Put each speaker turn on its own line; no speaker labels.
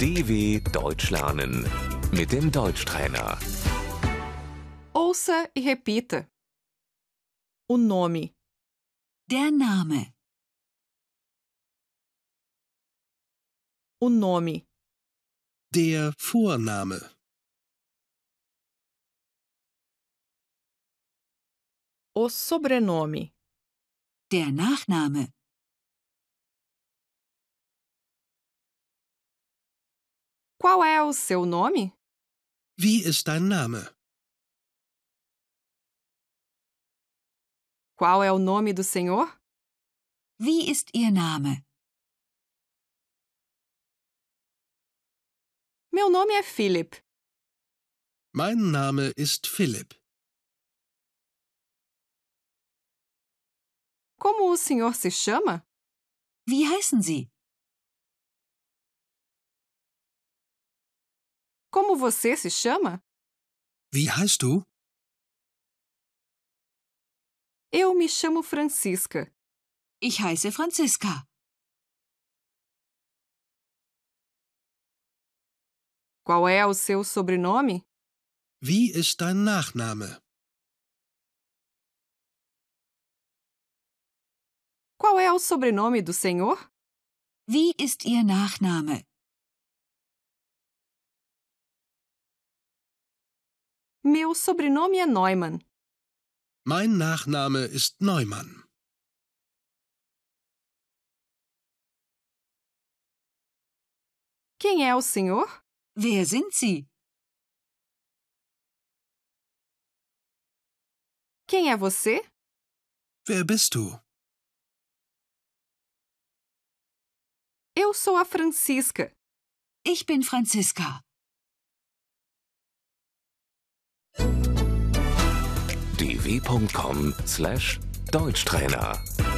DW Deutsch lernen mit dem Deutschtrainer.
Ouça e repita. O nome,
Der Name,
o nome,
Der Vorname.
o sobrenome,
der Nachname,
qual é o seu nome?
Wie ist dein Name?
Qual é o nome do senhor?
wie ist Ihr Name?
Meu nome é Philip.
Mein Name ist Philipp.
Como o senhor se chama?
Wie heißen Sie?
Como você se chama?
Wie heißt du?
Eu me chamo Francisca.
Ich heiße Franziska.
Qual é o seu sobrenome?
Wie ist dein Nachname?
Qual é o sobrenome do senhor?
Wie ist Ihr Nachname?
Meu sobrenome é Neumann.
Mein Nachname ist Neumann.
Quem é o senhor?
Wer sind Sie?
Quem é você?
Wer bist du?
Eu sou a Francisca.
Ich bin Franziska.
dw.com/deutschtrainer